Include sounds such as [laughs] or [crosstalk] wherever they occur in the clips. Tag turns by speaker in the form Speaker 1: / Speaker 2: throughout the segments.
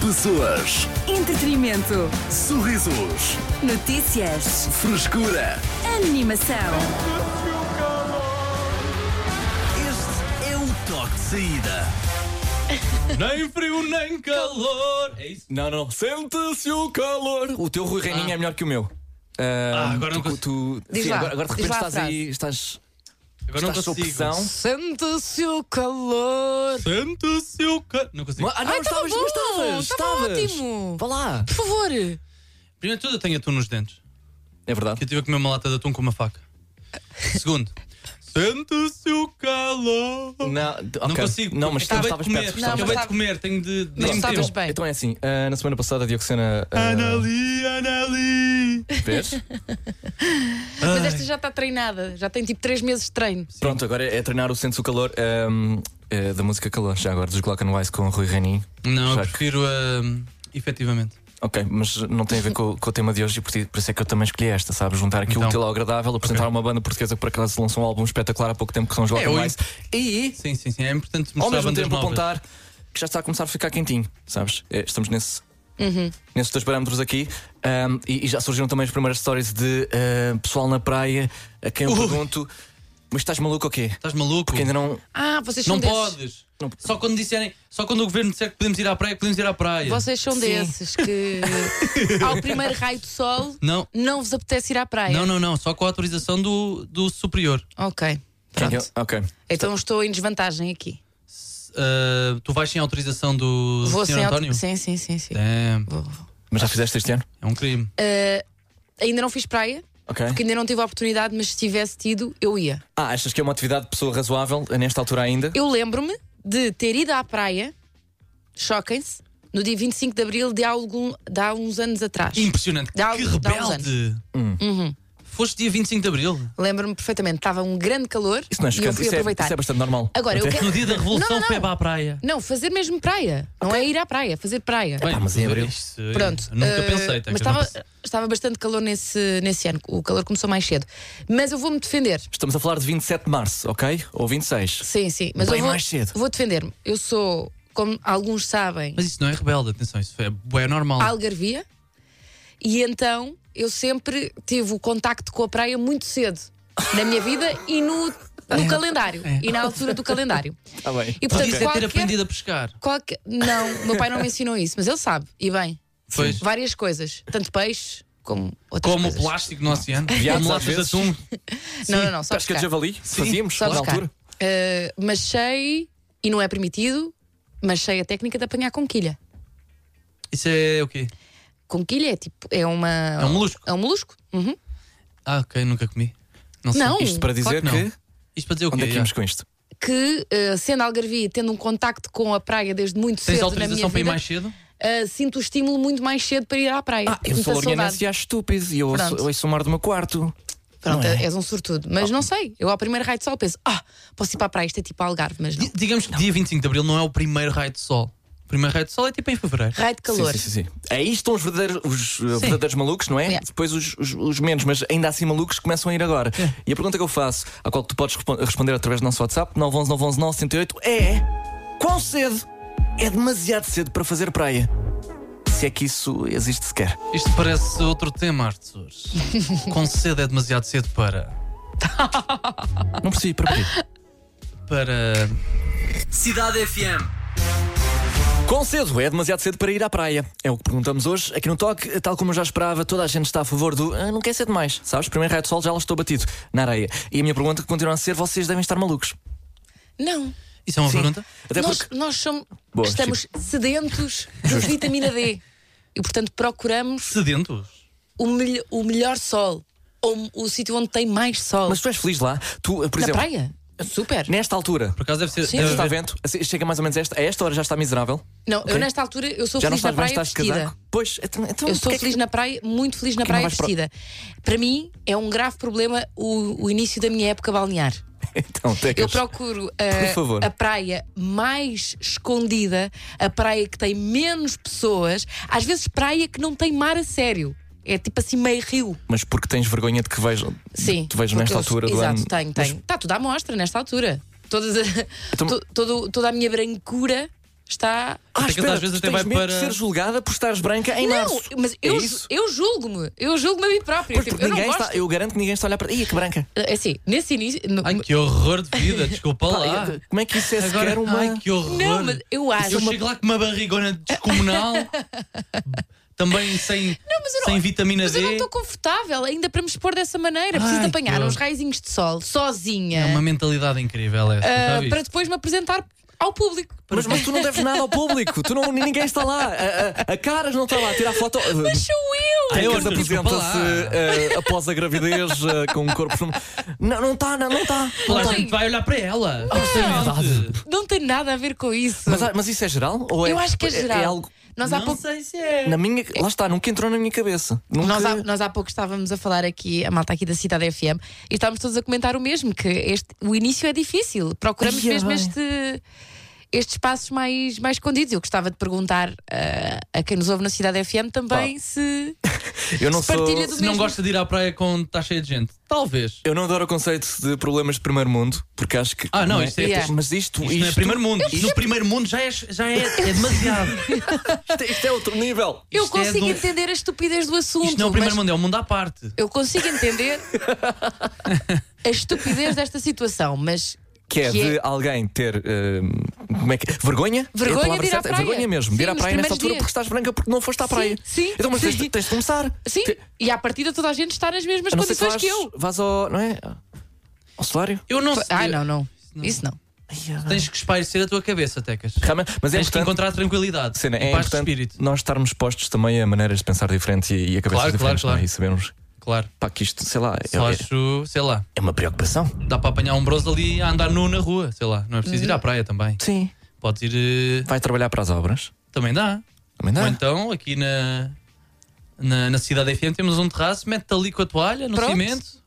Speaker 1: Pessoas,
Speaker 2: Entretenimento.
Speaker 1: sorrisos,
Speaker 2: Notícias.
Speaker 1: frescura.
Speaker 2: Animação.
Speaker 1: Este é o toque de saída.
Speaker 3: Nem frio, nem calor. É isso? Não, não. Sente-se o calor. O teu Rui Reininho é melhor que o meu. Ah,
Speaker 4: agora
Speaker 3: tu,
Speaker 4: não consigo.
Speaker 3: tu-
Speaker 5: Diz
Speaker 3: sim,
Speaker 5: lá,
Speaker 3: agora, agora de
Speaker 5: diz
Speaker 3: repente
Speaker 5: lá a
Speaker 3: estás
Speaker 5: frase.
Speaker 3: aí, estás,
Speaker 4: Agora não
Speaker 3: estás sob
Speaker 4: consigo.
Speaker 3: pressão.
Speaker 5: Sente-se o calor.
Speaker 4: Sente-se o ca... Não consigo.
Speaker 3: Mas- Ah, não,
Speaker 5: Ai, tava
Speaker 3: estavas,
Speaker 5: bom,
Speaker 3: mas estavas,
Speaker 5: tava
Speaker 3: estavas.
Speaker 5: ótimo.
Speaker 3: Vá lá.
Speaker 5: Por favor.
Speaker 4: Primeiro de tudo, eu tenho atum nos dentes.
Speaker 3: É verdade.
Speaker 4: Que eu tive a comer uma lata de atum com uma faca. Segundo, sente-se o calor.
Speaker 3: Não, d-
Speaker 4: Não
Speaker 3: ok.
Speaker 4: consigo.
Speaker 3: Não, mas tu
Speaker 4: acabei de
Speaker 3: estavas
Speaker 4: comer.
Speaker 3: perto.
Speaker 5: Não,
Speaker 3: estavas
Speaker 4: acabei
Speaker 5: mas
Speaker 4: de comer. Tenho de. de
Speaker 5: Não
Speaker 4: de-
Speaker 5: estavas
Speaker 4: de-
Speaker 5: bem.
Speaker 3: Então é assim, ah, na semana passada a Dioxena. ah,
Speaker 4: Anali, Anali. [laughs]
Speaker 3: vês?
Speaker 5: Mas esta já está treinada. Já tem tipo 3 meses de treino.
Speaker 3: Pronto, agora é, é treinar o senso do calor ahm, eh, da música calor. Já agora dos Glock and Wise com o Rui Reininho.
Speaker 4: Não,
Speaker 3: Já
Speaker 4: eu prefiro a. efetivamente.
Speaker 3: Ok, mas não tem a ver com, com o tema de hoje e por, ti- por isso é que eu também escolhi esta, sabes? Juntar aqui o
Speaker 4: Então.
Speaker 3: útil ao agradável, apresentar uma banda portuguesa que por acaso lançou um álbum espetacular há pouco tempo que são os Glock
Speaker 4: É, eu-
Speaker 3: and Wise. E
Speaker 4: Sim, sim, sim. É importante
Speaker 3: ao
Speaker 4: mostrar
Speaker 3: mesmo
Speaker 4: bandas
Speaker 3: tempo
Speaker 4: novas.
Speaker 3: apontar que já está a começar a ficar quentinho, sabes? É, Estamos nesse.
Speaker 5: Uhum.
Speaker 3: Nesses dois parâmetros aqui, ahm, e, e já surgiram também as primeiras stories de ah, pessoal na praia a quem eu
Speaker 4: Ui.
Speaker 3: pergunto: Mas estás maluco ou quê?
Speaker 4: Estás maluco?
Speaker 3: Porque ainda não.
Speaker 5: Ah, vocês são
Speaker 4: Não
Speaker 5: desses.
Speaker 4: podes.
Speaker 3: Não-
Speaker 4: Só quando disserem, só quando o governo disser que podemos ir à praia, que podemos ir à praia.
Speaker 5: Vocês são
Speaker 3: Sim.
Speaker 4: [laughs]
Speaker 5: desses que ao primeiro raio de sol
Speaker 4: Não.
Speaker 5: não vos apetece ir à praia.
Speaker 4: Não, não, não, só com a autorização do, do superior.
Speaker 5: Ok.
Speaker 3: Quem é
Speaker 5: Pronto.
Speaker 3: que eu- Ok.
Speaker 5: Então estou em desvantagem aqui.
Speaker 4: Ah, tu vais sem autorização do
Speaker 5: Vou
Speaker 4: senhor
Speaker 5: sem auto-
Speaker 4: António?
Speaker 5: Sim, sim, sim, sim.
Speaker 4: É,
Speaker 5: Vou.
Speaker 3: Mas já fizeste este ano?
Speaker 4: é um crime.
Speaker 5: Ainda não fiz praia,
Speaker 4: É.
Speaker 3: Ok.
Speaker 5: porque ainda não tive a oportunidade, mas se tivesse tido, eu ia.
Speaker 3: Ah, achas que é uma atividade de pessoa razoável eh, nesta altura ainda?
Speaker 5: Eu lembro-me de ter ido à praia, choquem-se, no dia 25 de abril de, algum, de há uns anos atrás.
Speaker 4: Impressionante.
Speaker 5: Dá-
Speaker 4: que
Speaker 5: dá uns Uhum.
Speaker 4: rebelde.
Speaker 3: Hum.
Speaker 4: Foste dia 25 de Abril.
Speaker 5: Lembro-me perfeitamente, estava um grande calor
Speaker 3: Isso não é
Speaker 5: e eu
Speaker 3: chocante,
Speaker 5: fui
Speaker 3: isso é,
Speaker 5: aproveitar.
Speaker 3: isso é bastante normal.
Speaker 5: Agora, eu
Speaker 3: Até-
Speaker 5: quero...
Speaker 4: No dia da
Speaker 5: Não,
Speaker 4: Revolução
Speaker 5: não,
Speaker 4: foi
Speaker 5: não.
Speaker 4: para a praia.
Speaker 5: Não, fazer mesmo praia. Não é ir à praia, fazer praia.
Speaker 4: Bem,
Speaker 3: mas em Abril.
Speaker 4: isto, eu
Speaker 5: Pronto.
Speaker 4: Nunca
Speaker 5: eh,
Speaker 4: pensei. até
Speaker 5: Mas
Speaker 4: que não
Speaker 5: estava,
Speaker 4: pensei.
Speaker 5: estava bastante calor nesse, nesse ano. O calor começou mais cedo. Mas eu vou-me defender.
Speaker 3: Estamos a falar de 27 de março, ok? Ou 26.
Speaker 5: Sim, sim. Mas
Speaker 3: Bem
Speaker 5: eu vou,
Speaker 3: mais cedo.
Speaker 5: vou defender-me. Eu sou, como alguns sabem,
Speaker 4: Mas isso não é rebelde, atenção, isso é, é normal.
Speaker 5: algarvia. E então eu sempre tive o contacto com a praia muito cedo na minha vida e no,
Speaker 3: É.
Speaker 5: no calendário. E na altura do calendário.
Speaker 3: Está bem.
Speaker 5: E portanto,
Speaker 4: Podia é ter
Speaker 5: qualquer,
Speaker 4: aprendido a pescar.
Speaker 5: qualquer. Não, o meu pai não me ensinou isso, mas ele sabe. E bem.
Speaker 4: Pois.
Speaker 5: várias coisas, tanto peixe como outras
Speaker 4: Como
Speaker 5: coisas.
Speaker 4: plástico no oceano.
Speaker 3: Viados
Speaker 4: Como
Speaker 3: às
Speaker 4: latas de
Speaker 3: vezes.
Speaker 4: atum.
Speaker 5: Não, não, não, só
Speaker 3: Pesca de
Speaker 4: é
Speaker 5: pescar.
Speaker 3: javali? Fazíamos,
Speaker 5: Só
Speaker 3: na
Speaker 5: pescar.
Speaker 3: altura.
Speaker 5: Eh, mas sei, e não é permitido, mas sei a técnica de apanhar conquilha.
Speaker 4: Isso é o quê?
Speaker 5: Conquilha é tipo, é uma.
Speaker 4: É um molusco.
Speaker 5: É um molusco. Uhum.
Speaker 4: Ah, ok, nunca comi. Não sei.
Speaker 5: Não.
Speaker 3: Isto para dizer
Speaker 4: Claro que não.
Speaker 3: que.
Speaker 4: Isto para dizer o quê?
Speaker 3: Onde é que
Speaker 4: já?
Speaker 3: íamos com isto?
Speaker 5: Que, eh, sendo algarvia e tendo um contacto com a praia desde muito
Speaker 4: Tens
Speaker 5: cedo na minha
Speaker 4: autorização para ir
Speaker 5: vida,
Speaker 4: mais cedo?
Speaker 5: eh, sinto o estímulo muito mais cedo para ir à praia.
Speaker 3: Ah, eu
Speaker 5: Muita
Speaker 3: sou
Speaker 5: saudade.
Speaker 3: lorguinense e acho estúpido. E eu ouço-
Speaker 5: Pronto.
Speaker 3: eu ouço o mar do meu quarto.
Speaker 5: Pronto,
Speaker 3: Não é?
Speaker 5: és um sortudo.
Speaker 4: Ah.
Speaker 5: Mas não sei, eu ao primeiro raio de sol penso, ah, posso ir para a praia, isto é tipo Algarve, mas não.
Speaker 4: Di- Digamos que dia 25 de Abril não é o primeiro raio de sol. O primeiro raio de sol é tipo em Fevereiro.
Speaker 5: Raio de calor.
Speaker 3: Sim, sim, sim, sim. Aí estão os verdadeiros, os, uh, verdadeiros malucos, não é?
Speaker 5: Yeah.
Speaker 3: Depois os, os- os menos, mas ainda assim malucos começam a ir agora. E a pergunta que eu faço, à qual tu podes respon- responder através do nosso WhatsApp, 911 911 978, é: Quão cedo? É demasiado cedo para fazer praia. Se é que isso existe sequer.
Speaker 4: Isto parece outro tema,
Speaker 5: [laughs]
Speaker 4: Arthur. Com cedo é demasiado cedo para.
Speaker 3: Não percebi para quê.
Speaker 4: para.
Speaker 1: Cidade FM.
Speaker 3: Quão cedo é demasiado cedo para ir à praia? É o que perguntamos hoje. Aqui no Toque, tal como eu já esperava, toda a gente está a favor do "Ah, não quer ser demais, sabes? Primeiro raio de sol já lá estou batido, na areia. E a minha pergunta continua a ser: vocês devem estar malucos.
Speaker 5: Não.
Speaker 4: Isso é uma
Speaker 3: Sim.
Speaker 4: pergunta?
Speaker 3: Até
Speaker 5: nós,
Speaker 3: porque.
Speaker 5: nós somos-
Speaker 3: Boa,
Speaker 5: estamos sedentos de vitamina D e, portanto, procuramos
Speaker 4: Sedentos.
Speaker 5: o, melho- o melhor sol ou o sítio onde tem mais sol.
Speaker 3: Mas tu és feliz lá? Tu, eh, por
Speaker 5: Na
Speaker 3: exemplo,
Speaker 5: praia? Super.
Speaker 3: nesta altura,
Speaker 4: Por acaso deve ser.
Speaker 5: Sim.
Speaker 4: deve
Speaker 3: está
Speaker 4: haver-
Speaker 3: vento, assim, chega mais ou menos a esta, a esta hora já está miserável.
Speaker 5: Não,
Speaker 3: Ok.
Speaker 5: eu nesta altura eu sou
Speaker 3: já não
Speaker 5: feliz
Speaker 3: estás,
Speaker 5: na
Speaker 3: não
Speaker 5: praia
Speaker 3: estás de casaco.
Speaker 5: vestida.
Speaker 3: Pois, então, então
Speaker 5: Eu sou
Speaker 3: porquê é que-
Speaker 5: feliz na praia, muito feliz na
Speaker 3: Porquê que
Speaker 5: praia
Speaker 3: não vais para-
Speaker 5: vestida. Para mim é um grave problema o, o início da minha época balnear.
Speaker 3: [laughs] Então, tecas.
Speaker 5: Eu procuro
Speaker 3: Por favor.
Speaker 5: a, a praia mais escondida, a praia que tem menos pessoas, às vezes praia que não tem mar a sério. É tipo assim meio rio.
Speaker 3: Mas porque tens vergonha de que vejam.
Speaker 5: Sim.
Speaker 3: Te vejo
Speaker 5: porque
Speaker 3: nesta
Speaker 5: eu-
Speaker 3: altura do
Speaker 5: exato,
Speaker 3: ano.
Speaker 5: tenho, Tá
Speaker 3: Mas
Speaker 5: tenho. Está tudo à mostra nesta altura. Todas a-
Speaker 3: Então-
Speaker 5: to- todo- toda a minha brancura está.
Speaker 3: Ah,
Speaker 4: que
Speaker 3: espera,
Speaker 4: às vezes
Speaker 3: tu
Speaker 4: até
Speaker 3: tens
Speaker 4: vai
Speaker 3: medo
Speaker 4: para-
Speaker 3: de ser julgada por estares branca em
Speaker 5: não,
Speaker 3: março.
Speaker 5: mas
Speaker 3: É
Speaker 5: eu,
Speaker 3: isso?
Speaker 5: eu julgo-me. Eu julgo-me a mim própria.
Speaker 3: Pois,
Speaker 5: Tipo,
Speaker 3: porque
Speaker 5: eu não
Speaker 3: ninguém
Speaker 5: gosto.
Speaker 3: está, eu garanto que ninguém está a olhar para. Ih, que branca!
Speaker 5: É Assim, nesse início. no-
Speaker 4: Ai, que horror de vida, desculpa lá.
Speaker 3: Pá, Como é que isso é sequer
Speaker 4: Agora,
Speaker 3: uma.
Speaker 4: ai, que horror.
Speaker 5: Não, mas
Speaker 3: é
Speaker 5: eu acho.
Speaker 4: Eu chego lá com uma barrigona
Speaker 5: [laughs]
Speaker 4: descomunal, também sem, sem vitamina
Speaker 5: Mas
Speaker 4: D.
Speaker 5: eu não estou confortável ainda para me expor dessa maneira. Preciso
Speaker 4: Ai,
Speaker 5: de
Speaker 4: que
Speaker 5: apanhar
Speaker 4: horror.
Speaker 5: uns raizinhos de sol sozinha
Speaker 4: É uma mentalidade incrível essa,
Speaker 5: ah,
Speaker 4: já viste?
Speaker 5: para depois me apresentar ao público.
Speaker 3: Mas, mas tu não deves nada ao público, tu não, ninguém está lá. A, a- a caras não está lá, tira a foto.
Speaker 5: Mas sou eu!
Speaker 4: Ai,
Speaker 3: Tem
Speaker 4: eu
Speaker 3: que
Speaker 4: ando,
Speaker 3: apresenta-se
Speaker 4: desculpa lá.
Speaker 3: eh, após a gravidez eh, com um corpo. fem- Não, não está, não, não está.
Speaker 4: Toda
Speaker 5: Não
Speaker 4: a gente
Speaker 5: tem- Ah, é
Speaker 4: vai olhar para ela. Obviamente.
Speaker 5: Não tem nada a ver com isso.
Speaker 3: Mas, há- mas isso é geral? Ou é,
Speaker 5: eu acho que é geral.
Speaker 3: algo.
Speaker 5: Nós há pouco.
Speaker 4: sei se é.
Speaker 3: Na minha, lá está, nunca entrou na minha cabeça. Nunca-
Speaker 5: Nós há, nós há pouco estávamos a falar aqui, a malta aqui da Cidade FM, e estávamos todos a comentar o mesmo: que este, o início é difícil. Procuramos
Speaker 3: Ai,
Speaker 5: mesmo
Speaker 3: ai.
Speaker 5: este, estes espaços mais, mais escondidos. Eu gostava de perguntar ah, a quem nos ouve na Cidade FM também se.
Speaker 3: eu não
Speaker 5: se
Speaker 3: sou.
Speaker 5: partilha do-
Speaker 4: Se não
Speaker 5: mesmo.
Speaker 4: gosta de ir à praia quando está cheia de gente, talvez.
Speaker 3: Eu não adoro o conceito de problemas de primeiro mundo, porque acho que.
Speaker 4: Ah, não, isto é-
Speaker 5: Yeah.
Speaker 3: Mas isto,
Speaker 4: Isto não é primeiro mundo. Isto no primeiro mundo já é, já é, é demasiado.
Speaker 3: Isto é- isto é outro nível.
Speaker 5: Eu
Speaker 4: Isto é
Speaker 5: consigo
Speaker 4: de um-
Speaker 5: entender a estupidez do assunto.
Speaker 4: Isto não é o primeiro
Speaker 5: mas
Speaker 4: mundo, é o mundo à parte.
Speaker 5: Eu
Speaker 4: [laughs]
Speaker 5: consigo entender a estupidez desta situação, mas.
Speaker 3: Que é
Speaker 5: que
Speaker 3: de alguém ter. eh, como é que. Vergonha?
Speaker 5: Vergonha
Speaker 3: É a palavra
Speaker 5: de ir à
Speaker 3: certa? É
Speaker 5: praia.
Speaker 3: Vergonha mesmo. de ir
Speaker 5: Sim,
Speaker 3: à
Speaker 5: nos
Speaker 3: praia nessa
Speaker 5: primeiros
Speaker 3: altura
Speaker 5: dias.
Speaker 3: porque estás branca porque não foste à praia.
Speaker 5: sim,
Speaker 3: Então, mas tens,
Speaker 5: sim.
Speaker 3: tens de começar.
Speaker 5: Sim,
Speaker 3: Te-
Speaker 5: e à partida toda a gente está nas mesmas
Speaker 3: a não ser que vás,
Speaker 5: condições que eu.
Speaker 3: vás ao. Não é? Ao solário?
Speaker 4: Eu não sei.
Speaker 5: Ah, não, não. Isso não.
Speaker 4: Tens que espairecer a tua cabeça, Tecas.
Speaker 3: Realmente, mas é
Speaker 4: Tens que
Speaker 3: importante.
Speaker 4: encontrar tranquilidade.
Speaker 3: Cena,
Speaker 4: e
Speaker 3: é
Speaker 4: paz de
Speaker 3: importante
Speaker 4: espírito.
Speaker 3: nós estarmos expostos também a maneiras de pensar diferente e, e a cabeças
Speaker 4: Claro, claro,
Speaker 3: diferentes não é?
Speaker 4: claro.
Speaker 3: e sabermos
Speaker 4: Claro.
Speaker 3: pá, que isto, sei lá, é,
Speaker 4: Só acho, sei lá,
Speaker 3: é uma preocupação.
Speaker 4: dá para apanhar um bronze ali a andar nu na rua, sei lá. Não é preciso ir à praia também.
Speaker 3: Sim.
Speaker 4: Podes ir. eh,
Speaker 3: Vai trabalhar para as obras?
Speaker 4: Também dá.
Speaker 3: Também
Speaker 4: Ou
Speaker 3: dá.
Speaker 4: então, aqui na, na, na cidade FM temos um terraço, mete-te ali com a toalha, no
Speaker 5: Pronto.
Speaker 4: cimento,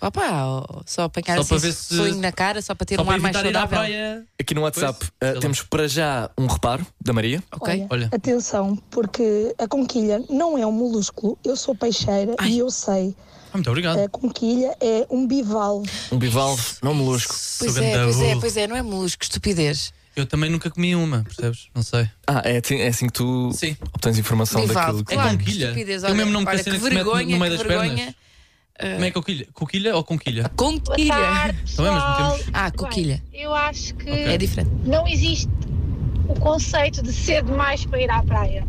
Speaker 5: Opa, ó, só apanhar
Speaker 4: Só
Speaker 5: assim,
Speaker 4: para ver se-
Speaker 5: swing na cara, só para ter
Speaker 4: só
Speaker 5: um
Speaker 4: para
Speaker 5: ar mais
Speaker 4: evitar ir à
Speaker 5: saudável.
Speaker 4: praia.
Speaker 3: Aqui no WhatsApp
Speaker 4: Pois, é.
Speaker 3: eh,
Speaker 4: sei lá.
Speaker 3: temos para já um reparo da Maria.
Speaker 5: Ok?
Speaker 4: Olha.
Speaker 6: Atenção, porque a conquilha não é um molúsculo. Eu sou peixeira e eu sei.
Speaker 4: Ah, muito obrigado.
Speaker 6: A conquilha é um bivalve.
Speaker 3: Um bivalve, não molusco.
Speaker 5: Pois
Speaker 4: Sou
Speaker 5: é,
Speaker 4: ganda
Speaker 5: pois é,
Speaker 4: burro.
Speaker 5: pois é, não é molusco, estupidez.
Speaker 4: Eu também nunca comi uma, percebes? Não sei.
Speaker 3: Ah, é assim, é assim que tu
Speaker 4: Sim.
Speaker 3: obtens informação
Speaker 5: Bivalve,
Speaker 3: daquilo que.
Speaker 5: claro,
Speaker 4: é conquilha.
Speaker 5: estupidez.
Speaker 4: Tem o
Speaker 5: Olha,
Speaker 4: mesmo nome que a
Speaker 5: olha,
Speaker 4: cena
Speaker 5: que
Speaker 4: que se mete no
Speaker 5: vergonha,
Speaker 4: meio
Speaker 5: que
Speaker 4: das pernas.
Speaker 5: vergonha.
Speaker 4: Como é coquilha? Coquilha ou conquilha?
Speaker 5: Conquilha.
Speaker 4: Também, mas não temos.
Speaker 5: Ah, coquilha.
Speaker 7: Bem, eu acho que
Speaker 4: Ok.
Speaker 5: É diferente.
Speaker 7: não existe o conceito de ser demais para ir à praia.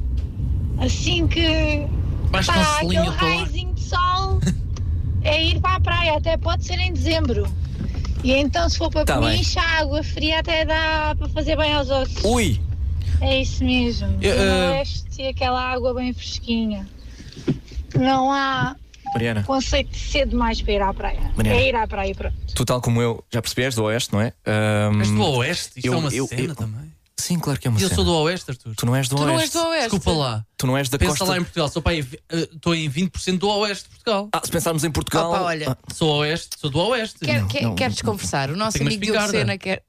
Speaker 7: Assim que
Speaker 4: Basta
Speaker 7: está
Speaker 4: um
Speaker 7: aquele
Speaker 4: selinho para lá.
Speaker 7: raizinho de sol, é ir para a praia, até pode ser em dezembro. E então, se for para
Speaker 3: Tá bem.
Speaker 7: peniche, a água fria até dá para fazer bem aos ossos.
Speaker 3: Ui!
Speaker 7: É isso mesmo.
Speaker 4: Eu, eh,
Speaker 7: o leste e aquela água bem fresquinha. Não há
Speaker 3: Mariana,
Speaker 7: conceito de ser demais para ir à praia.
Speaker 3: Maneiro.
Speaker 7: É ir à praia e pronto.
Speaker 3: tu, tal como eu, já percebeste do Oeste, não é? Ahm,
Speaker 4: És do Oeste? Isto
Speaker 3: eu-
Speaker 4: é uma
Speaker 3: eu-
Speaker 4: cena
Speaker 3: eu-
Speaker 4: também.
Speaker 3: Sim, claro que é uma
Speaker 4: E eu
Speaker 3: cena.
Speaker 4: sou do Oeste, Arthur.
Speaker 3: Tu não és do
Speaker 5: Tu
Speaker 3: Oeste.
Speaker 5: não és do Oeste.
Speaker 4: Desculpa lá.
Speaker 3: Tu não és da
Speaker 4: Pensa
Speaker 3: costa.
Speaker 4: lá em Portugal. Sou pai, estou em 20% do Oeste de Portugal.
Speaker 3: Ah, se pensarmos em Portugal.
Speaker 5: Opa, olha.
Speaker 3: Ah,
Speaker 4: Sou Oeste, sou do Oeste.
Speaker 5: Quer,
Speaker 4: Não
Speaker 5: quer-
Speaker 3: não,
Speaker 5: queres conversar? O nosso
Speaker 4: Tenho uma
Speaker 5: amigo Diogo
Speaker 4: espingarda.
Speaker 5: Sena quer.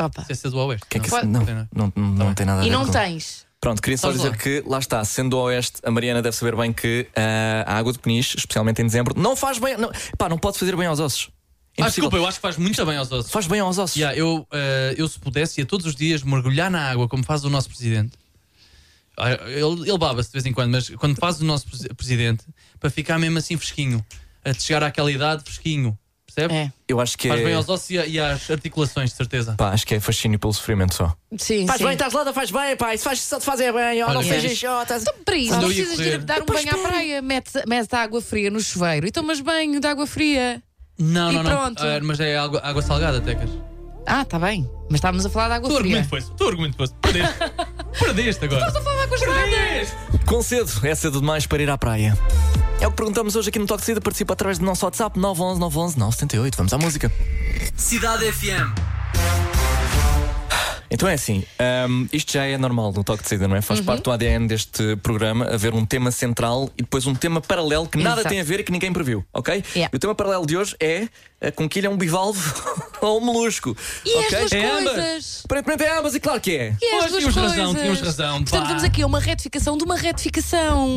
Speaker 5: Opa.
Speaker 4: sei se é do Oeste.
Speaker 3: que é que
Speaker 4: não.
Speaker 3: se- não, não,
Speaker 4: Tá
Speaker 3: não, não tem nada a
Speaker 5: E
Speaker 3: ver
Speaker 4: É
Speaker 5: não
Speaker 3: com-
Speaker 5: tens.
Speaker 3: Pronto, queria só
Speaker 4: Vamos
Speaker 3: dizer
Speaker 4: lá.
Speaker 3: que lá está, sendo do Oeste, a Mariana deve saber bem que ah, a água de peniche, especialmente em dezembro, não faz bem. Não, pá, não pode fazer bem aos ossos. É
Speaker 4: Ah,
Speaker 3: impossível.
Speaker 4: desculpa, eu acho que faz muito bem aos ossos.
Speaker 3: Faz bem aos ossos.
Speaker 4: Yeah, eu, eh, eu, se pudesse, ia todos os dias mergulhar na água, como faz o nosso presidente. Ah, Ele, ele baba-se de vez em quando, mas quando faz o nosso presi- presidente, para ficar mesmo assim fresquinho, a chegar àquela idade fresquinho, percebe?
Speaker 5: É.
Speaker 3: Eu acho que
Speaker 4: Faz bem
Speaker 3: é.
Speaker 4: aos ossos e, a- e às articulações, de certeza.
Speaker 3: Pá, acho que é fascínio pelo sofrimento só.
Speaker 5: Sim,
Speaker 3: Faz
Speaker 5: sim.
Speaker 3: bem,
Speaker 4: tá-
Speaker 3: estás lada, faz bem, pá. Isso faz, só te fazer bem, ó,
Speaker 4: Olha,
Speaker 3: não
Speaker 4: mas-
Speaker 3: sejas. ó, estás-
Speaker 5: Então, para isso,
Speaker 4: Quando
Speaker 5: não
Speaker 4: eu ia
Speaker 5: precisas de ir
Speaker 4: correr.
Speaker 5: dar um
Speaker 3: Pois,
Speaker 5: banho à
Speaker 3: espera.
Speaker 5: praia, metes, metes a água fria no chuveiro e tomas banho de água fria.
Speaker 4: Não,
Speaker 5: E
Speaker 4: não, não.
Speaker 5: pronto.
Speaker 4: Ah, mas é água, água salgada, Tecas.
Speaker 5: Ah, tá bem. Mas estávamos a falar
Speaker 4: O
Speaker 5: de água
Speaker 4: teu
Speaker 5: fria.
Speaker 4: argumento foi esse. O teu argumento foi esse. Perdeste.
Speaker 5: [laughs]
Speaker 4: Perdeste agora. Perdeste.
Speaker 3: Concedo, é cedo demais para ir à praia. É o que perguntamos hoje aqui no Toque de Saída. Participa através do nosso WhatsApp 911 911 978. Vamos à música.
Speaker 1: Cidade FM.
Speaker 3: Então é assim, hum, isto já é normal no Toque de Saída, não é? Faz
Speaker 5: Uhum.
Speaker 3: parte do ADN deste programa haver um tema central e depois um tema paralelo que nada
Speaker 5: Exato.
Speaker 3: tem a ver e que ninguém previu, ok?
Speaker 5: Yeah.
Speaker 3: E o tema paralelo de hoje é A conquilha é um bivalve [laughs] ou um molusco.
Speaker 5: E
Speaker 3: ok?
Speaker 5: as duas
Speaker 4: É ambas.
Speaker 5: coisas?
Speaker 3: Aparentemente é ambas e claro que é.
Speaker 5: E as
Speaker 4: Pois,
Speaker 5: duas
Speaker 4: tínhamos
Speaker 5: coisas?
Speaker 4: razão, tínhamos razão,
Speaker 5: Portanto,
Speaker 4: pá.
Speaker 5: vamos aqui a uma retificação de uma
Speaker 4: [laughs]
Speaker 5: retificação.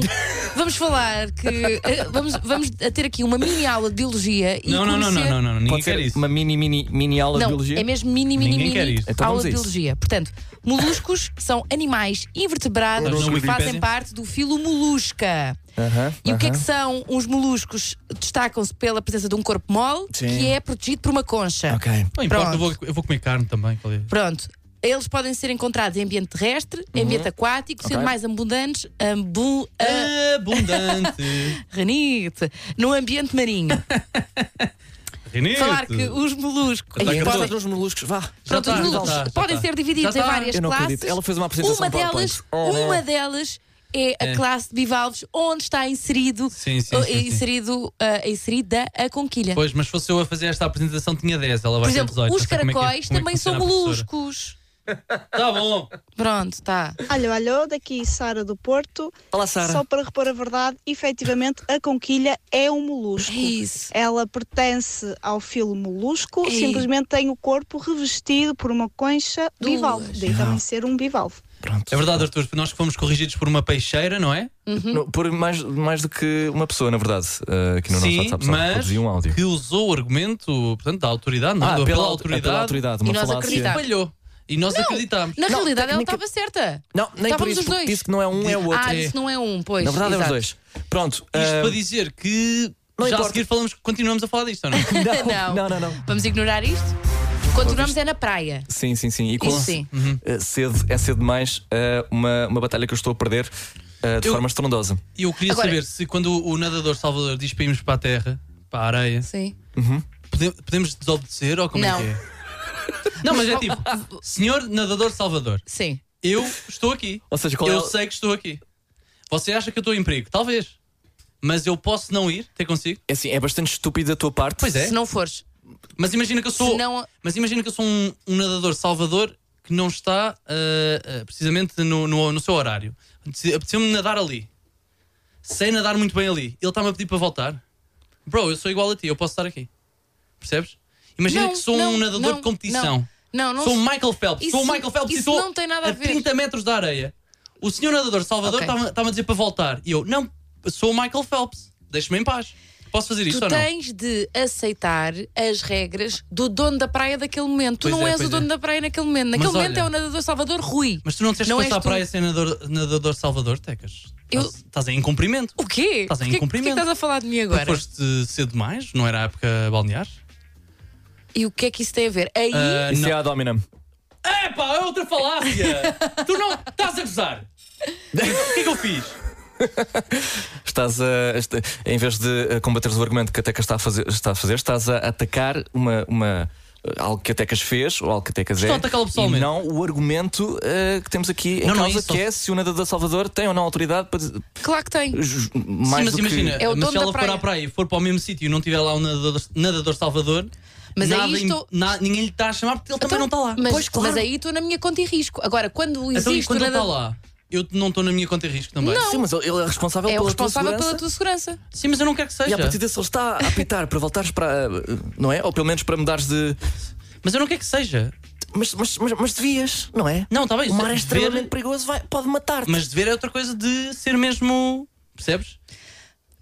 Speaker 5: vamos falar que. eh, Vamos, vamos a ter aqui uma mini aula de biologia e.
Speaker 4: Não, não, não, não,
Speaker 5: conhecer-
Speaker 4: não, não, ninguém
Speaker 3: Pode
Speaker 4: quer
Speaker 3: ser
Speaker 4: isso.
Speaker 3: uma mini, mini, mini aula
Speaker 5: Não,
Speaker 3: de biologia.
Speaker 5: é mesmo mini, mini,
Speaker 4: Ninguém quer
Speaker 5: mini
Speaker 4: isso.
Speaker 3: Então
Speaker 5: aula
Speaker 3: vamos a
Speaker 5: de
Speaker 3: isso.
Speaker 5: biologia. Portanto, moluscos [laughs] são animais invertebrados
Speaker 4: Estamos na
Speaker 5: que fazem
Speaker 4: Wikipédia?
Speaker 5: parte do filo molusca.
Speaker 3: Aham,
Speaker 5: E o que é que
Speaker 3: aham.
Speaker 5: são os moluscos? Destacam-se pela presença de um corpo mole
Speaker 3: Sim.
Speaker 5: que é protegido por uma concha.
Speaker 3: Ok.
Speaker 4: Não importa, eu vou,
Speaker 5: Pronto.
Speaker 4: eu vou comer carne também. qual é?
Speaker 5: Pronto. Eles podem ser encontrados em ambiente terrestre, em ambiente aquático, sendo
Speaker 3: Uhum. Ok.
Speaker 5: mais abundantes, ambu, ah, a-
Speaker 4: [laughs] Abundante.
Speaker 5: ranite, no ambiente marinho.
Speaker 3: [laughs]
Speaker 4: Renito.
Speaker 5: Falar que os moluscos
Speaker 4: Ataca
Speaker 5: Ei,
Speaker 4: todos.
Speaker 3: Fala
Speaker 5: podem,
Speaker 3: nos moluscos, vá.
Speaker 5: pronto,
Speaker 4: Já
Speaker 5: os
Speaker 4: tá, já
Speaker 5: moluscos
Speaker 4: tá, já
Speaker 5: podem
Speaker 4: tá.
Speaker 5: ser divididos
Speaker 4: Já
Speaker 5: em
Speaker 4: tá.
Speaker 5: várias
Speaker 3: Eu não
Speaker 5: classes.
Speaker 3: acredito. Ela fez uma apresentação
Speaker 5: uma delas,
Speaker 3: PowerPoint. Oh,
Speaker 5: uma delas é a classe de bivalves onde está inserido,
Speaker 4: Sim, sim,
Speaker 5: eh,
Speaker 4: sim, sim.
Speaker 5: inserido eh, inserida a conquilha.
Speaker 4: Pois, mas se fosse eu a fazer esta apresentação, tinha 10. Ela
Speaker 5: Por
Speaker 4: vai ter
Speaker 5: exemplo,
Speaker 4: 18.
Speaker 5: os
Speaker 4: não sei como é que é-
Speaker 5: caracóis
Speaker 4: como é que
Speaker 5: também são
Speaker 4: funciona a professora.
Speaker 5: moluscos.
Speaker 4: Tá bom.
Speaker 5: Pronto, tá.
Speaker 8: Olha, olha, daqui Sara do Porto.
Speaker 3: Olá, Sara.
Speaker 8: Só para repor a verdade, efetivamente a conquilha é um molusco.
Speaker 5: É isso.
Speaker 8: Ela pertence ao filo molusco,
Speaker 5: Ei.
Speaker 8: simplesmente tem o corpo revestido por uma concha
Speaker 5: Duas.
Speaker 8: bivalve. Daí também ser um bivalve.
Speaker 3: Pronto.
Speaker 4: É verdade, Arthur, nós que fomos corrigidos por uma peixeira, não é?
Speaker 3: [laughs] No- por mais, mais do que uma pessoa, na verdade, eh, aqui no
Speaker 4: Sim,
Speaker 3: nosso WhatsApp só
Speaker 4: mas
Speaker 3: produziu um áudio.
Speaker 4: que usou o argumento, portanto, da autoridade, não é?
Speaker 3: Ah,
Speaker 4: Do-
Speaker 3: pela,
Speaker 4: pela
Speaker 3: au- é pela autoridade, uma
Speaker 5: E nós
Speaker 3: falácia.
Speaker 5: acreditamos.
Speaker 4: Falhou. E nós acreditámos.
Speaker 5: Na realidade, ela
Speaker 3: técnica-
Speaker 5: estava certa.
Speaker 3: Não, nem por
Speaker 5: Estávamos
Speaker 3: isso,
Speaker 5: os
Speaker 3: porque
Speaker 5: dois.
Speaker 3: disse que não é um, é o outro.
Speaker 5: Ah,
Speaker 4: É.
Speaker 5: isso não é um, pois.
Speaker 3: na verdade,
Speaker 5: exato.
Speaker 3: é os dois. Pronto.
Speaker 4: Isto
Speaker 3: eh,
Speaker 4: para dizer que
Speaker 3: não
Speaker 4: já
Speaker 3: importa.
Speaker 4: a seguir falamos, continuamos a falar disto, ou
Speaker 5: [laughs]
Speaker 4: não?
Speaker 3: [laughs]
Speaker 5: Não.
Speaker 3: não, não, não.
Speaker 5: Vamos ignorar isto? Continuamos é na praia.
Speaker 3: Sim, sim, sim. E com
Speaker 5: Isso sim.
Speaker 4: Uhum.
Speaker 3: eh, sede, é cedo demais eh, uma, uma batalha que eu estou a perder eh, de
Speaker 4: Eu-
Speaker 3: forma estrondosa.
Speaker 4: E eu queria
Speaker 5: Agora-
Speaker 4: saber se quando o nadador Salvador diz para irmos para a terra, para a areia,
Speaker 5: Sim.
Speaker 4: pode- podemos desobedecer ou como
Speaker 5: Não.
Speaker 4: é que
Speaker 5: [laughs]
Speaker 4: é? Não, mas é tipo, senhor nadador Salvador,
Speaker 5: Sim.
Speaker 4: eu estou aqui.
Speaker 3: Ou seja, qual
Speaker 4: eu
Speaker 3: é o-
Speaker 4: sei que estou aqui. Você acha que eu estou em perigo? Talvez. Mas eu posso não ir ter consigo.
Speaker 3: É assim, é bastante estúpido da tua parte.
Speaker 4: Pois É?
Speaker 5: Se não fores.
Speaker 4: Mas imagina que eu sou.
Speaker 5: Se não-
Speaker 4: Mas imagina que eu sou um, um nadador salvador que não está ah, ah, precisamente no, no, no seu horário. Apeteceu- Apeteceu-me nadar ali. Sem nadar muito bem ali. Ele está-me a pedir para voltar. Bro, eu sou igual a ti, eu posso estar aqui. Percebes? Imagina
Speaker 5: Não,
Speaker 4: que sou
Speaker 5: não,
Speaker 4: um nadador
Speaker 5: não,
Speaker 4: de competição.
Speaker 5: Não, não. não
Speaker 4: Sou um o Michael Phelps.
Speaker 5: Isso-
Speaker 4: sou o Michael Phelps
Speaker 5: isso
Speaker 4: e estou
Speaker 5: não tem nada a ver.
Speaker 4: 30 metros da areia. O senhor nadador Salvador
Speaker 5: Ok.
Speaker 4: está-me está-me a dizer para voltar. E eu, não, sou o Michael Phelps. Deixe-me em paz. Posso fazer isto
Speaker 5: Tu
Speaker 4: ou não?
Speaker 5: tens de aceitar as regras do dono da praia daquele momento.
Speaker 4: Pois
Speaker 5: tu não
Speaker 4: é,
Speaker 5: és
Speaker 4: pois
Speaker 5: o dono
Speaker 4: é.
Speaker 5: da praia naquele momento. Naquele
Speaker 4: Mas
Speaker 5: momento
Speaker 4: olha-
Speaker 5: é o nadador Salvador Rui.
Speaker 4: Mas tu não tens
Speaker 5: Não
Speaker 4: que
Speaker 5: és
Speaker 4: passar
Speaker 5: tu.
Speaker 4: para esse nadador, nadador Salvador, Tecas?
Speaker 5: Eu-
Speaker 4: Estás- Estás em cumprimento.
Speaker 5: O
Speaker 4: Estás
Speaker 5: quê?
Speaker 4: em
Speaker 5: Porquê- Porquê que
Speaker 4: incumprimento.
Speaker 5: estás a falar de mim agora?
Speaker 4: Foste cedo demais, não era a época balnear?
Speaker 5: E o que é que isso tem a ver? Aí.
Speaker 4: Ah,
Speaker 3: Isso
Speaker 4: não.
Speaker 3: é a Dominam.
Speaker 4: Epá, é outra
Speaker 5: [laughs]
Speaker 4: falácia! tu não estás a gozar! O que é que eu fiz?
Speaker 3: Estás a. esta- em vez de eh, combateres o argumento que a Tecas está a fazer, está a fazer, estás a atacar uma. uma eh, Algo que a Tecas fez ou algo que a Tecas
Speaker 4: Estou
Speaker 3: é.
Speaker 4: a atacá-lo
Speaker 3: e
Speaker 4: pessoalmente.
Speaker 3: não o argumento eh, que temos aqui em
Speaker 4: Não, não,
Speaker 3: causa,
Speaker 4: isso
Speaker 3: que
Speaker 4: só-
Speaker 3: é se o nadador Salvador tem ou não autoridade para. dizer-
Speaker 5: Claro que tem.
Speaker 3: ju-
Speaker 4: Sim,
Speaker 3: Mais
Speaker 4: mas
Speaker 3: do que-
Speaker 4: imagina,
Speaker 5: É o
Speaker 4: mas
Speaker 5: dono
Speaker 4: se
Speaker 5: da
Speaker 4: ela for
Speaker 5: praia.
Speaker 4: à praia e for para o mesmo sítio e não tiver lá um nadador, nadador Salvador,
Speaker 5: Mas é Então aí
Speaker 4: nada im-
Speaker 5: estou-
Speaker 4: na- ninguém lhe está a chamar porque ele também não está lá.
Speaker 5: Mas,
Speaker 4: pois claro.
Speaker 5: mas aí estou na minha conta e risco. Agora, quando existe.
Speaker 4: então, e quando
Speaker 5: o
Speaker 4: ele está
Speaker 5: nadador-
Speaker 4: lá, eu não estou na minha conta em risco também.
Speaker 3: Sim, mas ele é responsável
Speaker 5: É o
Speaker 3: pela
Speaker 5: responsável
Speaker 3: tua segurança.
Speaker 5: pela tua segurança.
Speaker 4: Sim, mas eu não quero que seja.
Speaker 3: E a partir desse ele está a apitar para voltares para. eh, Não é? Ou pelo menos para mudares de.
Speaker 4: Mas eu não quero que seja.
Speaker 3: Mas, mas, mas, mas devias, não é?
Speaker 4: Não, está bem.
Speaker 3: O mar é
Speaker 4: dever-
Speaker 3: extremamente perigoso, vai, pode matar-te.
Speaker 4: Mas dever é outra coisa de ser mesmo. Percebes?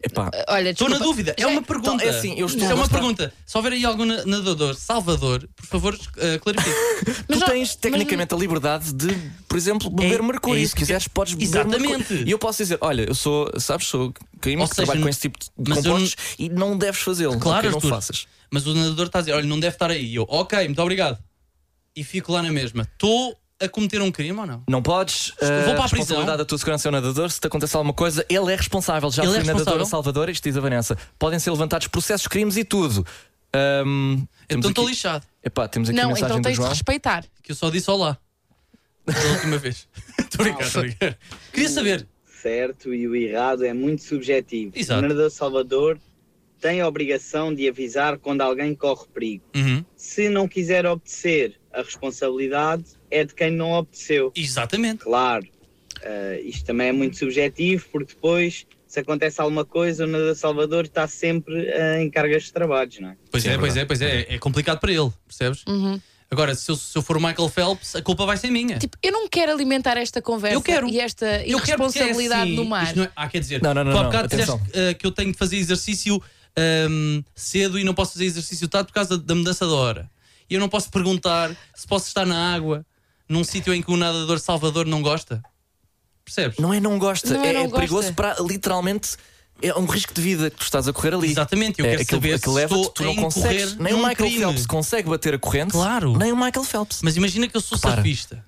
Speaker 3: Epá,
Speaker 5: Olha,
Speaker 4: Estou
Speaker 5: desculpa.
Speaker 4: na dúvida. É
Speaker 5: Já-
Speaker 4: uma pergunta.
Speaker 3: Então, é assim, eu estou
Speaker 4: Isto
Speaker 3: a
Speaker 4: é uma
Speaker 3: mostrar-
Speaker 4: pergunta. Se houver aí algum na- nadador Salvador, por favor, eh,
Speaker 3: [laughs]
Speaker 4: clarifique.
Speaker 5: Mas
Speaker 3: tu
Speaker 5: não-
Speaker 3: tens tecnicamente a liberdade de, por exemplo, beber
Speaker 4: É-
Speaker 3: mercúrio.
Speaker 4: é isso
Speaker 3: se
Speaker 4: que-
Speaker 3: quiseres, podes beber
Speaker 4: Exatamente.
Speaker 3: mercúrio. E eu posso dizer: olha, eu sou, sabes, sou
Speaker 4: Ou
Speaker 3: químico,
Speaker 4: seja,
Speaker 3: trabalho
Speaker 4: não-
Speaker 3: com esse tipo de
Speaker 4: mas eu
Speaker 3: compostos e não deves fazê-lo.
Speaker 4: Claro,
Speaker 3: Ok, não
Speaker 4: Arthur.
Speaker 3: faças.
Speaker 4: Mas o nadador está a dizer: olha, não deve estar aí. E eu, ok, muito obrigado. E fico lá na mesma. Estou a cometer um crime ou não?
Speaker 3: Não podes. eh,
Speaker 4: para a
Speaker 3: a
Speaker 4: prisão.
Speaker 3: responsabilidade da tua segurança é o nadador. Se te acontece alguma coisa, ele é responsável. Já
Speaker 4: Ele é
Speaker 3: fui nadador
Speaker 4: responsável?
Speaker 3: a Salvador, isto diz a Vanessa. Podem ser levantados processos, crimes e tudo. Ahm, temos
Speaker 4: Então estou
Speaker 3: aqui-
Speaker 4: lixado.
Speaker 3: Epá, temos aqui a
Speaker 5: Não,
Speaker 3: mensagem
Speaker 5: então
Speaker 3: do
Speaker 5: tens de
Speaker 3: João.
Speaker 5: respeitar.
Speaker 4: Que eu só disse olá. Da última
Speaker 3: [laughs]
Speaker 4: vez. Estou a brincar, estou a brincar. Queria saber.
Speaker 9: certo e o errado é muito subjetivo.
Speaker 4: Exato.
Speaker 9: O nadador Salvador tem a obrigação de avisar quando alguém corre perigo.
Speaker 4: Uhum.
Speaker 9: Se não quiser obedecer, a responsabilidade é de quem não obedeceu.
Speaker 4: Exatamente.
Speaker 9: Claro, eh, isto também é muito subjetivo, porque depois, se acontece alguma coisa, o nadador de Salvador está sempre eh, em cargas de trabalhos, não é?
Speaker 4: Pois
Speaker 3: Sim,
Speaker 4: é,
Speaker 3: é
Speaker 4: pois é, pois é. É complicado para ele, percebes? Agora, se eu, se eu for o Michael Phelps, a culpa vai ser minha.
Speaker 5: Uhum. Tipo, eu não quero alimentar esta conversa
Speaker 4: Eu quero.
Speaker 5: e esta
Speaker 4: eu quero porque é
Speaker 5: irresponsabilidade
Speaker 4: assim,
Speaker 5: no mar.
Speaker 4: isto não é- ah, quer dizer,
Speaker 3: Não, não, não,
Speaker 4: tu há
Speaker 3: não,
Speaker 4: bocado disseste
Speaker 3: atenção.
Speaker 4: eh, que eu tenho de fazer exercício ahm, cedo e não posso fazer exercício tarde por causa da- da mudança da hora. E eu não posso perguntar se posso estar na água num sítio em que o nadador Salvador não gosta. Percebes?
Speaker 3: Não é não gosta,
Speaker 5: Não é
Speaker 3: é,
Speaker 5: não
Speaker 3: é
Speaker 5: gosta.
Speaker 3: perigoso para literalmente. É um risco de vida que tu estás a correr ali.
Speaker 4: Exatamente, eu
Speaker 3: é,
Speaker 4: quero
Speaker 3: aquilo,
Speaker 4: saber
Speaker 3: aquilo
Speaker 4: se
Speaker 3: leva-te,
Speaker 4: estou
Speaker 3: tu
Speaker 4: a
Speaker 3: não consegues.
Speaker 4: incorrer
Speaker 3: Nem o
Speaker 4: num
Speaker 3: Michael
Speaker 4: crime.
Speaker 3: Phelps consegue bater a corrente.
Speaker 4: Claro.
Speaker 3: Nem o Michael Phelps. Então,
Speaker 4: Mas imagina que eu sou
Speaker 3: Repara.
Speaker 4: surfista.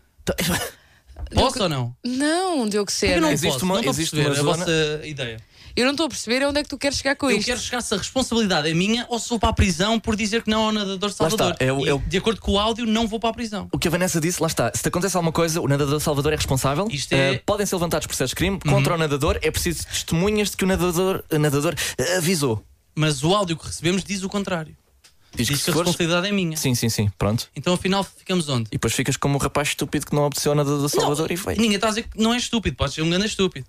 Speaker 4: Posso ou não?
Speaker 5: Não, Diogo
Speaker 4: Eu não
Speaker 5: Sena.
Speaker 3: Existe
Speaker 4: posso,
Speaker 3: uma-
Speaker 4: não estou a
Speaker 3: existe
Speaker 4: perceber
Speaker 3: uma
Speaker 4: a vossa ideia.
Speaker 5: Eu não estou a perceber onde é que tu queres chegar com
Speaker 4: eu
Speaker 5: isto.
Speaker 4: quero chegar se a responsabilidade é minha ou se vou para a prisão por dizer que não ao nadador
Speaker 3: está,
Speaker 4: Salvador.
Speaker 3: é o-
Speaker 4: E,
Speaker 3: é o-
Speaker 4: De acordo com o áudio, não vou para a prisão.
Speaker 3: [laughs] O que a Vanessa disse, lá está. Se te acontece alguma coisa, o nadador Salvador é responsável.
Speaker 4: Isto é- Uhum.
Speaker 3: Eh, podem ser levantados processos de crime contra o nadador. É preciso testemunhas de que o nadador, eh, nadador eh, avisou.
Speaker 4: Mas o áudio que recebemos diz o contrário.
Speaker 3: Diz
Speaker 4: Diz que
Speaker 3: se
Speaker 4: a
Speaker 3: fores-
Speaker 4: responsabilidade é minha.
Speaker 3: Sim, sim, sim. Pronto.
Speaker 4: Então afinal ficamos onde?
Speaker 3: E depois ficas como um rapaz estúpido que não obedeceu ao nadador Salvador e foi.
Speaker 4: Ninguém está a dizer que não é estúpido, pode ser um grande
Speaker 3: [laughs]
Speaker 4: estúpido.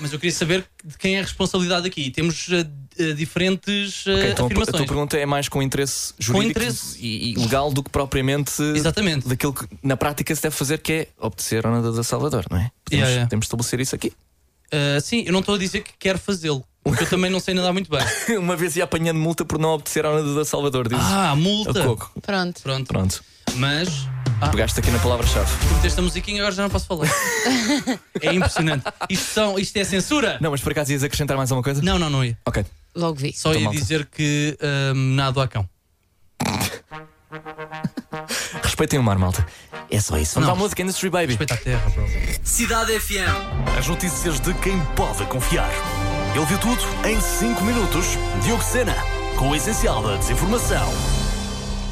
Speaker 4: Mas eu queria saber de quem é a responsabilidade aqui. E Temos eh, eh, diferentes eh,
Speaker 3: Ok, então a- a
Speaker 4: afirmações.
Speaker 3: tua pergunta é mais com interesse jurídico
Speaker 4: interesse.
Speaker 3: E, e legal do que propriamente eh,
Speaker 4: Exatamente.
Speaker 3: daquilo que na prática se deve fazer, que é obedecer ao nadador Salvador, não é? Podemos,
Speaker 4: Yeah, yeah.
Speaker 3: Temos de estabelecer isso aqui. [laughs]
Speaker 4: Eh, sim, eu não estou a dizer que quero fazê-lo. Porque eu também não sei nadar muito
Speaker 3: [laughs] É
Speaker 4: bem.
Speaker 3: Uma vez ia apanhando multa por não obedecer ao nadador Salvador, diz
Speaker 4: Ah,
Speaker 3: o
Speaker 4: multa.
Speaker 3: Coco.
Speaker 5: Pronto.
Speaker 4: Pronto.
Speaker 3: Pronto,
Speaker 4: Mas. Ah,
Speaker 3: pegaste aqui na palavra-chave.
Speaker 4: meteste a musiquinha agora já não posso
Speaker 3: [laughs]
Speaker 4: falar. é impressionante. Isto, são, isto é censura?
Speaker 3: Não, mas por acaso ias acrescentar mais alguma coisa?
Speaker 4: Não, não, não ia.
Speaker 3: Ok.
Speaker 5: Logo vi.
Speaker 4: Só
Speaker 3: Então,
Speaker 4: ia
Speaker 3: malta.
Speaker 4: dizer que hum, nado a cão.
Speaker 3: Respeitem o mar, malta. É só isso. Vamos
Speaker 4: Não.
Speaker 3: à música Industry Baby.
Speaker 4: Respeita a terra, bro.
Speaker 1: Cidade FM. As notícias de quem pode confiar. Ele viu tudo em 5 minutos. Diogo Sena, com o essencial da desinformação.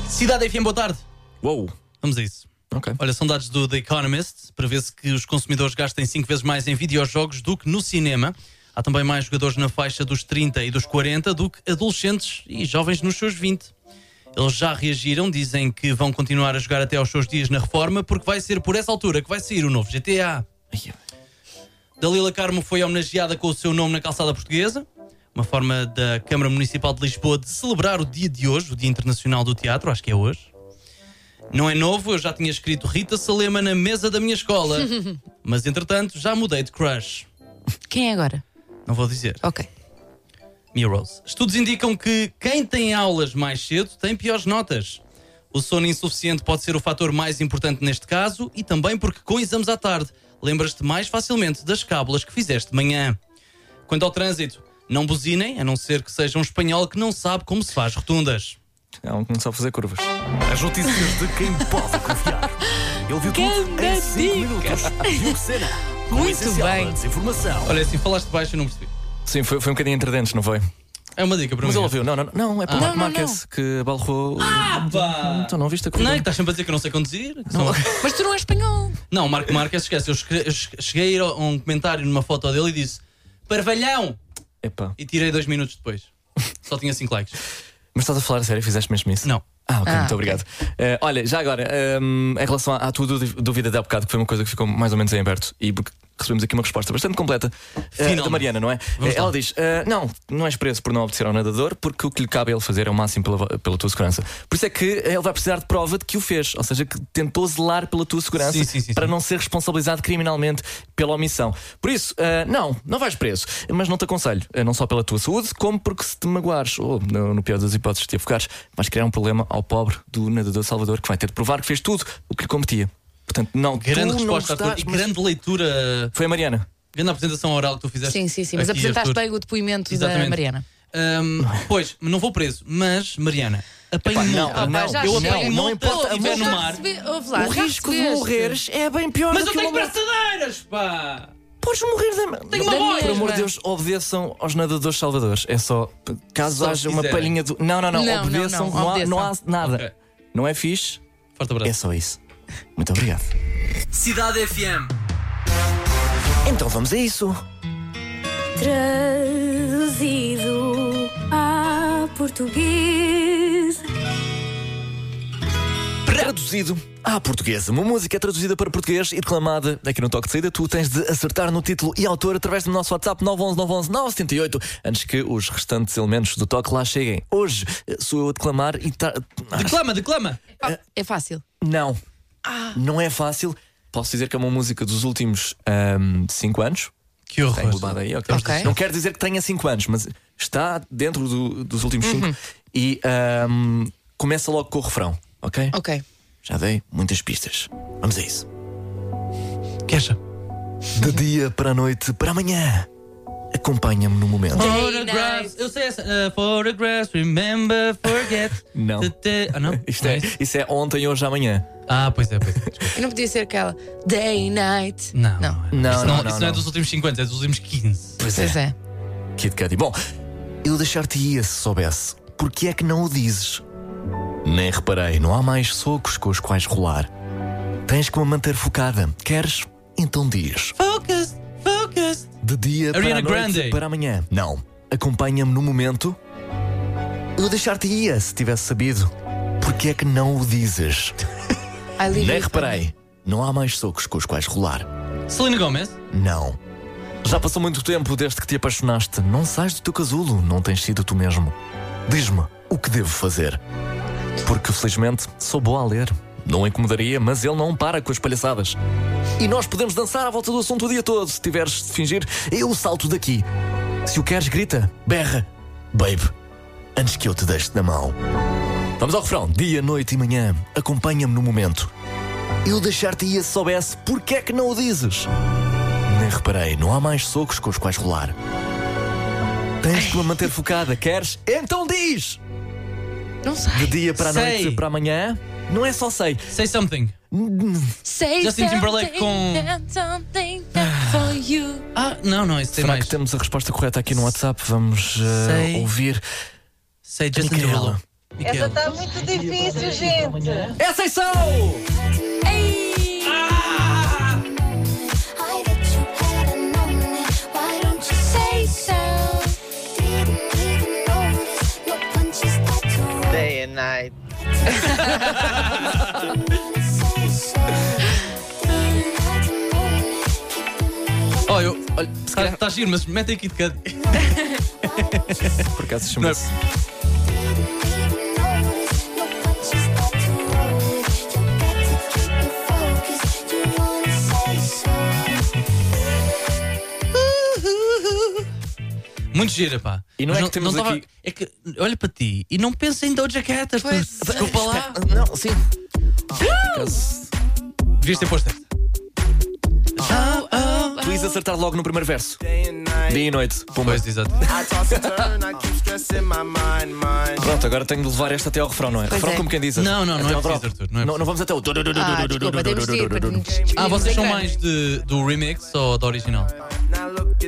Speaker 4: Cidade FM, boa tarde.
Speaker 3: Uou.
Speaker 4: Vamos a isso.
Speaker 3: Ok.
Speaker 4: Olha, são dados do The Economist. Prevê-se que os consumidores gastem 5 vezes mais em videojogos do que no cinema. Há também mais jogadores na faixa dos 30 e dos 40 do que adolescentes e jovens nos seus 20. Eles já reagiram, dizem que vão continuar a jogar até aos seus dias na reforma, porque vai ser por essa altura que vai sair o novo GTA.
Speaker 3: Ai,
Speaker 4: Dalila Carmo foi homenageada com o seu nome na calçada portuguesa, uma forma da Câmara Municipal de Lisboa de celebrar o dia de hoje, o Dia Internacional do Teatro, acho que é hoje. Não é novo, eu já tinha escrito Rita Salema na mesa da minha escola, mas entretanto já mudei de crush.
Speaker 5: Quem é agora?
Speaker 4: Não vou dizer.
Speaker 5: Ok.
Speaker 4: Mirrors. Estudos indicam que quem tem aulas mais cedo tem piores notas. O sono insuficiente pode ser o fator mais importante neste caso e também porque com exames à tarde lembras-te mais facilmente das cábulas que fizeste de manhã. Quanto ao trânsito, não buzinem, a não ser que seja um espanhol que não sabe como se faz rotundas.
Speaker 3: É um que começou a fazer curvas.
Speaker 1: As notícias de quem pode confiar. Ele viu tudo em
Speaker 5: Ganda
Speaker 1: 5
Speaker 5: dica.
Speaker 1: minutos. Diogo Sena, com o
Speaker 5: Muito
Speaker 1: essencial
Speaker 5: bem.
Speaker 1: da desinformação.
Speaker 4: Olha, assim, falaste baixo e não percebi.
Speaker 3: Sim, foi, foi um bocadinho entre dentes, não foi?
Speaker 4: É uma dica para
Speaker 3: Mas
Speaker 4: mim.
Speaker 3: ele ouviu. Não, não, não. Não, é para o
Speaker 5: Ah.
Speaker 3: Marco
Speaker 5: Não, não,
Speaker 3: Marques que abalrou. Ah,
Speaker 4: pá!
Speaker 3: Então não viste a
Speaker 4: Não, é
Speaker 3: corrida?
Speaker 4: que estás sempre a dizer que eu não sei conduzir. que sou-
Speaker 5: Mas tu não és espanhol.
Speaker 4: Não, o Marco Marques esquece. Eu esque- eu cheguei a ir a um comentário numa foto dele e disse: Parvalhão!
Speaker 3: Epá.
Speaker 4: E tirei dois minutos depois. Só tinha cinco likes.
Speaker 3: Mas estás a falar a sério? Fizeste mesmo isso?
Speaker 4: Não.
Speaker 3: Ah, ok,
Speaker 5: Ah,
Speaker 3: muito
Speaker 5: ok.
Speaker 3: obrigado. Eh, olha, já agora, ehm, em relação à, à tua dú- dúvida de há bocado, que foi uma coisa que ficou mais ou menos em aberto e porque recebemos aqui uma resposta bastante completa eh,
Speaker 4: Finalmente.
Speaker 3: da Mariana, não é?
Speaker 4: Vamos
Speaker 3: Eh,
Speaker 4: lá.
Speaker 3: Ela diz: eh, Não, não és preso por não obedecer ao nadador, porque o que lhe cabe a ele fazer é o máximo pela, vo- pela tua segurança. Por isso é que ele vai precisar de prova de que o fez, ou seja, que tentou zelar pela tua segurança
Speaker 4: Sim, sim, sim,
Speaker 3: para
Speaker 4: sim.
Speaker 3: não ser responsabilizado criminalmente pela omissão. Por isso, eh, não, não vais preso, mas não te aconselho, eh, não só pela tua saúde, como porque se te magoares, ou no, no pior das hipóteses, te afogares, vais criar um problema ao pobre do nadador Salvador que vai ter de provar que fez tudo o que lhe competia. Portanto, não,
Speaker 4: Grande
Speaker 3: tu
Speaker 4: resposta,
Speaker 3: não
Speaker 4: Arthur.
Speaker 3: estás,
Speaker 4: E
Speaker 3: mas-
Speaker 4: grande leitura,
Speaker 3: Foi a Mariana.
Speaker 4: grande apresentação oral que tu fizeste.
Speaker 5: Sim, sim, sim. Mas
Speaker 4: aqui,
Speaker 5: apresentaste
Speaker 4: Arthur.
Speaker 5: bem o depoimento
Speaker 4: Exatamente.
Speaker 5: da Mariana.
Speaker 4: Ahm, pois, não vou preso, mas, Mariana, apanho
Speaker 3: é?
Speaker 4: um
Speaker 3: Epá, não, um
Speaker 4: multa.
Speaker 3: não,
Speaker 5: já
Speaker 4: eu
Speaker 5: sei.
Speaker 4: apanho
Speaker 5: Não,
Speaker 3: não
Speaker 4: multa
Speaker 3: importa,
Speaker 4: se
Speaker 3: a
Speaker 4: estiver
Speaker 3: multa-
Speaker 4: no mar.
Speaker 5: Recebi- ouve lá,
Speaker 3: o
Speaker 5: já
Speaker 3: risco de
Speaker 5: recebeste.
Speaker 3: morreres é bem pior
Speaker 4: Mas
Speaker 3: do
Speaker 4: eu
Speaker 3: que
Speaker 4: tenho
Speaker 3: uma morte.
Speaker 4: braçadeiras, pá!
Speaker 3: Podes morrer da
Speaker 4: Tenho uma
Speaker 3: Não,
Speaker 4: voz,
Speaker 3: Por amor
Speaker 5: pá.
Speaker 3: de Deus, obedeçam aos nadadores salvadores. É só caso
Speaker 4: Só se
Speaker 3: haja uma
Speaker 4: quiserem.
Speaker 3: palhinha do. Não, não, não,
Speaker 5: Não, não,
Speaker 3: obedeçam,
Speaker 5: não,
Speaker 3: não há- não há
Speaker 5: obedeçam.
Speaker 3: nada.
Speaker 4: Ok.
Speaker 3: Não é fixe,
Speaker 4: Forte
Speaker 3: é
Speaker 4: abraço.
Speaker 3: só isso. Muito obrigado.
Speaker 1: Cidade FM.
Speaker 3: Então vamos a isso.
Speaker 10: Traduzido a português.
Speaker 3: Traduzido
Speaker 1: à portuguesa. Uma música traduzida para português e declamada aqui no Toque de Saída. Tu tens de acertar no título e autor através do nosso WhatsApp 911 911 978 antes que os restantes elementos do Toque lá cheguem. Hoje eh, sou eu a declamar e... Tra... Ah,
Speaker 4: Declama, declama!
Speaker 5: Pá, É fácil.
Speaker 1: Não. Não é fácil. Posso dizer que é uma música dos últimos 5 anos.
Speaker 4: Que
Speaker 1: Está englobada aí, ok.
Speaker 5: Ok.
Speaker 1: Não quer dizer que tenha 5 anos, mas está dentro do- dos últimos 5 e ahm, começa logo com o refrão, ok?
Speaker 5: Ok.
Speaker 1: Já dei muitas pistas. Vamos a isso.
Speaker 4: Queixa.
Speaker 1: De dia para a noite, para amanhã. Acompanha-me no momento.
Speaker 4: Photographs, eu sei essa. uh, photographs, remember, forget.
Speaker 1: [laughs] Não.
Speaker 4: Te- te- Ah, não?
Speaker 1: Isto é, isso é ontem, hoje, amanhã.
Speaker 4: Ah, pois é, pois
Speaker 1: [laughs]
Speaker 4: é. desculpa.
Speaker 5: Eu não podia ser aquela day and night.
Speaker 4: Não, não.
Speaker 5: Não.
Speaker 1: Não,
Speaker 4: isso
Speaker 1: não,
Speaker 4: não,
Speaker 1: não,
Speaker 4: isso
Speaker 1: não.
Speaker 4: é dos últimos 50, é dos últimos 15.
Speaker 1: Pois
Speaker 5: Pois é.
Speaker 1: Kid Cudi. Bom, eu deixar-te ia se soubesse. Porquê é que não o dizes? Nem reparei, não há mais socos com os quais rolar. Tens que me manter focada. Queres? Então diz.
Speaker 4: Focus, focus.
Speaker 1: De dia
Speaker 4: Ariana
Speaker 1: para a noite,
Speaker 4: Grande.
Speaker 1: para amanhã. Não. Acompanha-me no momento. Eu deixar-te ia se tivesse sabido. Porquê é que não o dizes?
Speaker 5: I live
Speaker 1: Nem
Speaker 5: with-
Speaker 1: reparei, não há mais socos com os quais rolar.
Speaker 4: Selena Gomez.
Speaker 1: Não. Já passou muito tempo desde que te apaixonaste. Não sais do teu casulo, não tens sido tu mesmo. Diz-me o que devo fazer. Porque felizmente sou boa a ler. Não incomodaria, mas ele não para com as palhaçadas. E nós podemos dançar à volta do assunto o dia todo. Se tiveres de fingir, eu salto daqui. Se o queres, grita, berra. Babe, antes que eu te deixe na mão. Vamos ao refrão. Dia, noite e manhã. Acompanha-me no momento. Eu deixar-te ia se soubesse, porque é que não o dizes? Nem reparei, não há mais socos com os quais rolar. Tens que me manter focada, queres? Então diz!
Speaker 5: Não sei.
Speaker 1: De dia para a
Speaker 4: Sei.
Speaker 1: noite, para amanhã. Não é só sei.
Speaker 4: Say something.
Speaker 5: Say
Speaker 4: Justin um Timberlake
Speaker 5: something,
Speaker 4: com-
Speaker 5: and something for you.
Speaker 4: Ah, não, não, isso tem
Speaker 1: Será
Speaker 4: mais.
Speaker 1: que temos a resposta correta aqui no WhatsApp? Vamos eh,
Speaker 4: Sei.
Speaker 1: ouvir.
Speaker 4: Sei Justin
Speaker 1: Micaela.
Speaker 4: Timberlake. Micaela.
Speaker 7: está muito difícil, gente.
Speaker 1: Essa é são!
Speaker 4: Ah!
Speaker 8: Day and night.
Speaker 4: Oh, eu. Olha, está tá giro, mas mete aqui de cada.
Speaker 1: Por acaso chama-se.
Speaker 4: Muito gira, pá.
Speaker 1: E não
Speaker 4: Mas
Speaker 1: é que temos
Speaker 4: tava-
Speaker 1: aqui-
Speaker 4: É que olha para ti e não pensa em Doja Cat. Arthur.
Speaker 5: Pois. é.
Speaker 4: Desculpa lá.
Speaker 1: Não, sim. Por acaso,
Speaker 4: Devias ter posto esta.
Speaker 1: Feliz acertar logo no primeiro verso. Dia e noite. Pumba.
Speaker 4: Pois, exato.
Speaker 1: Pronto, agora tenho de levar esta até ao refrão, não é? refrão
Speaker 5: é.
Speaker 1: como quem diz.
Speaker 4: Não, não, não
Speaker 1: Até
Speaker 4: é
Speaker 1: ao
Speaker 4: preciso,
Speaker 1: drop.
Speaker 4: Arthur, não é preciso.
Speaker 1: vamos até o.
Speaker 5: Ah, desculpa, temos de ir para nos
Speaker 4: Ah, vocês são
Speaker 5: despedirmos em
Speaker 4: mais
Speaker 5: grande.
Speaker 4: de, do remix ou da original?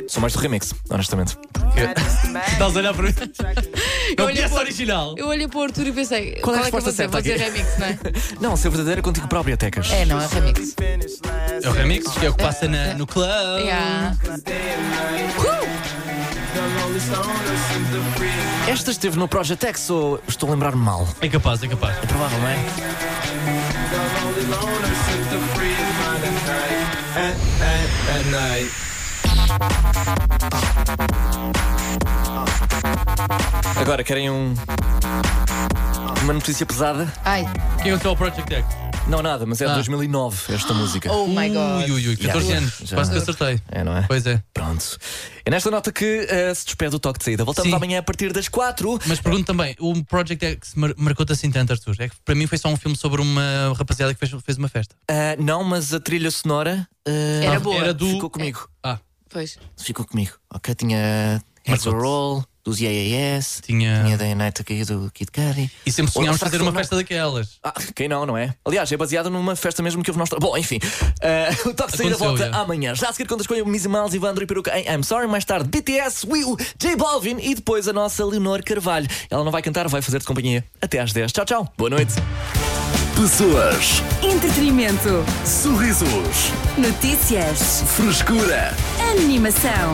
Speaker 1: Sou mais do remix, honestamente.
Speaker 4: [laughs] Estás a olhar para mim? Eu
Speaker 5: olhei
Speaker 4: conheço a
Speaker 5: para-
Speaker 4: original.
Speaker 5: Eu olhei para o Arthur e pensei,
Speaker 1: Qual
Speaker 5: qual,
Speaker 1: é a
Speaker 5: é que eu
Speaker 1: resposta
Speaker 5: vou dizer?
Speaker 1: certa
Speaker 5: Vou dizer
Speaker 1: aqui?
Speaker 5: remix, não é?
Speaker 1: Não, ser verdadeira é contigo própria, Tecas.
Speaker 5: É, não, é remix.
Speaker 4: É o remix, que é o que passa na- no club.
Speaker 5: Yeah.
Speaker 1: Esta esteve no Project X ou estou a lembrar-me mal?
Speaker 4: É capaz, é capaz.
Speaker 1: É provável, não é? Agora, querem um. Uma notícia pesada?
Speaker 5: Ai,
Speaker 4: Quem é que é o Project X?
Speaker 1: Não, nada, mas é de
Speaker 4: Ah.
Speaker 1: 2009 esta música.
Speaker 5: oh my god.
Speaker 4: Ui, ui, ui, 14
Speaker 1: Já,
Speaker 4: anos.
Speaker 1: já.
Speaker 4: Quase que acertei.
Speaker 1: É, não é?
Speaker 4: Pois é.
Speaker 1: Pronto. É nesta nota que eh, se despede o toque de saída. Voltamos
Speaker 4: Sim.
Speaker 1: amanhã a partir das 4.
Speaker 4: Mas pergunto também, o Project X mar- marcou-te assim tanto, Arthur? É que para mim foi só um filme sobre uma rapaziada que fez, fez uma festa.
Speaker 1: Ah, não, mas a trilha sonora. ah,
Speaker 5: Era boa.
Speaker 4: Era do-
Speaker 1: Ficou comigo.
Speaker 4: Ah,
Speaker 5: Pois.
Speaker 1: Ficou comigo. Ok, tinha. Heads
Speaker 4: Marcou-te.
Speaker 1: Roll, dos IAS.
Speaker 4: Tinha-
Speaker 1: Tinha Day and Night aqui do Kid Cudi.
Speaker 4: e sempre
Speaker 1: Ou
Speaker 4: sonhámos
Speaker 1: será que
Speaker 4: fazer
Speaker 1: sou
Speaker 4: uma
Speaker 1: eu?
Speaker 4: festa daquelas.
Speaker 1: Ah, quem não, não é? Aliás, é baseado numa festa mesmo que houve nós. Bom, enfim. Ah, [laughs] o toque de saída
Speaker 4: Aconteceu,
Speaker 1: volta
Speaker 4: já.
Speaker 1: amanhã. Já a seguir contas com o Mizzy Miles, Ivandro e Peruca em I'm Sorry. Mais tarde, BTS, Will, J Balvin e depois a nossa Leonor Carvalho. Ela não vai cantar, vai fazer de companhia até às 10. Tchau, tchau. Boa noite.
Speaker 11: Pessoas,
Speaker 2: Entretenimento.
Speaker 11: sorrisos,
Speaker 2: Notícias.
Speaker 11: frescura.
Speaker 2: Animação.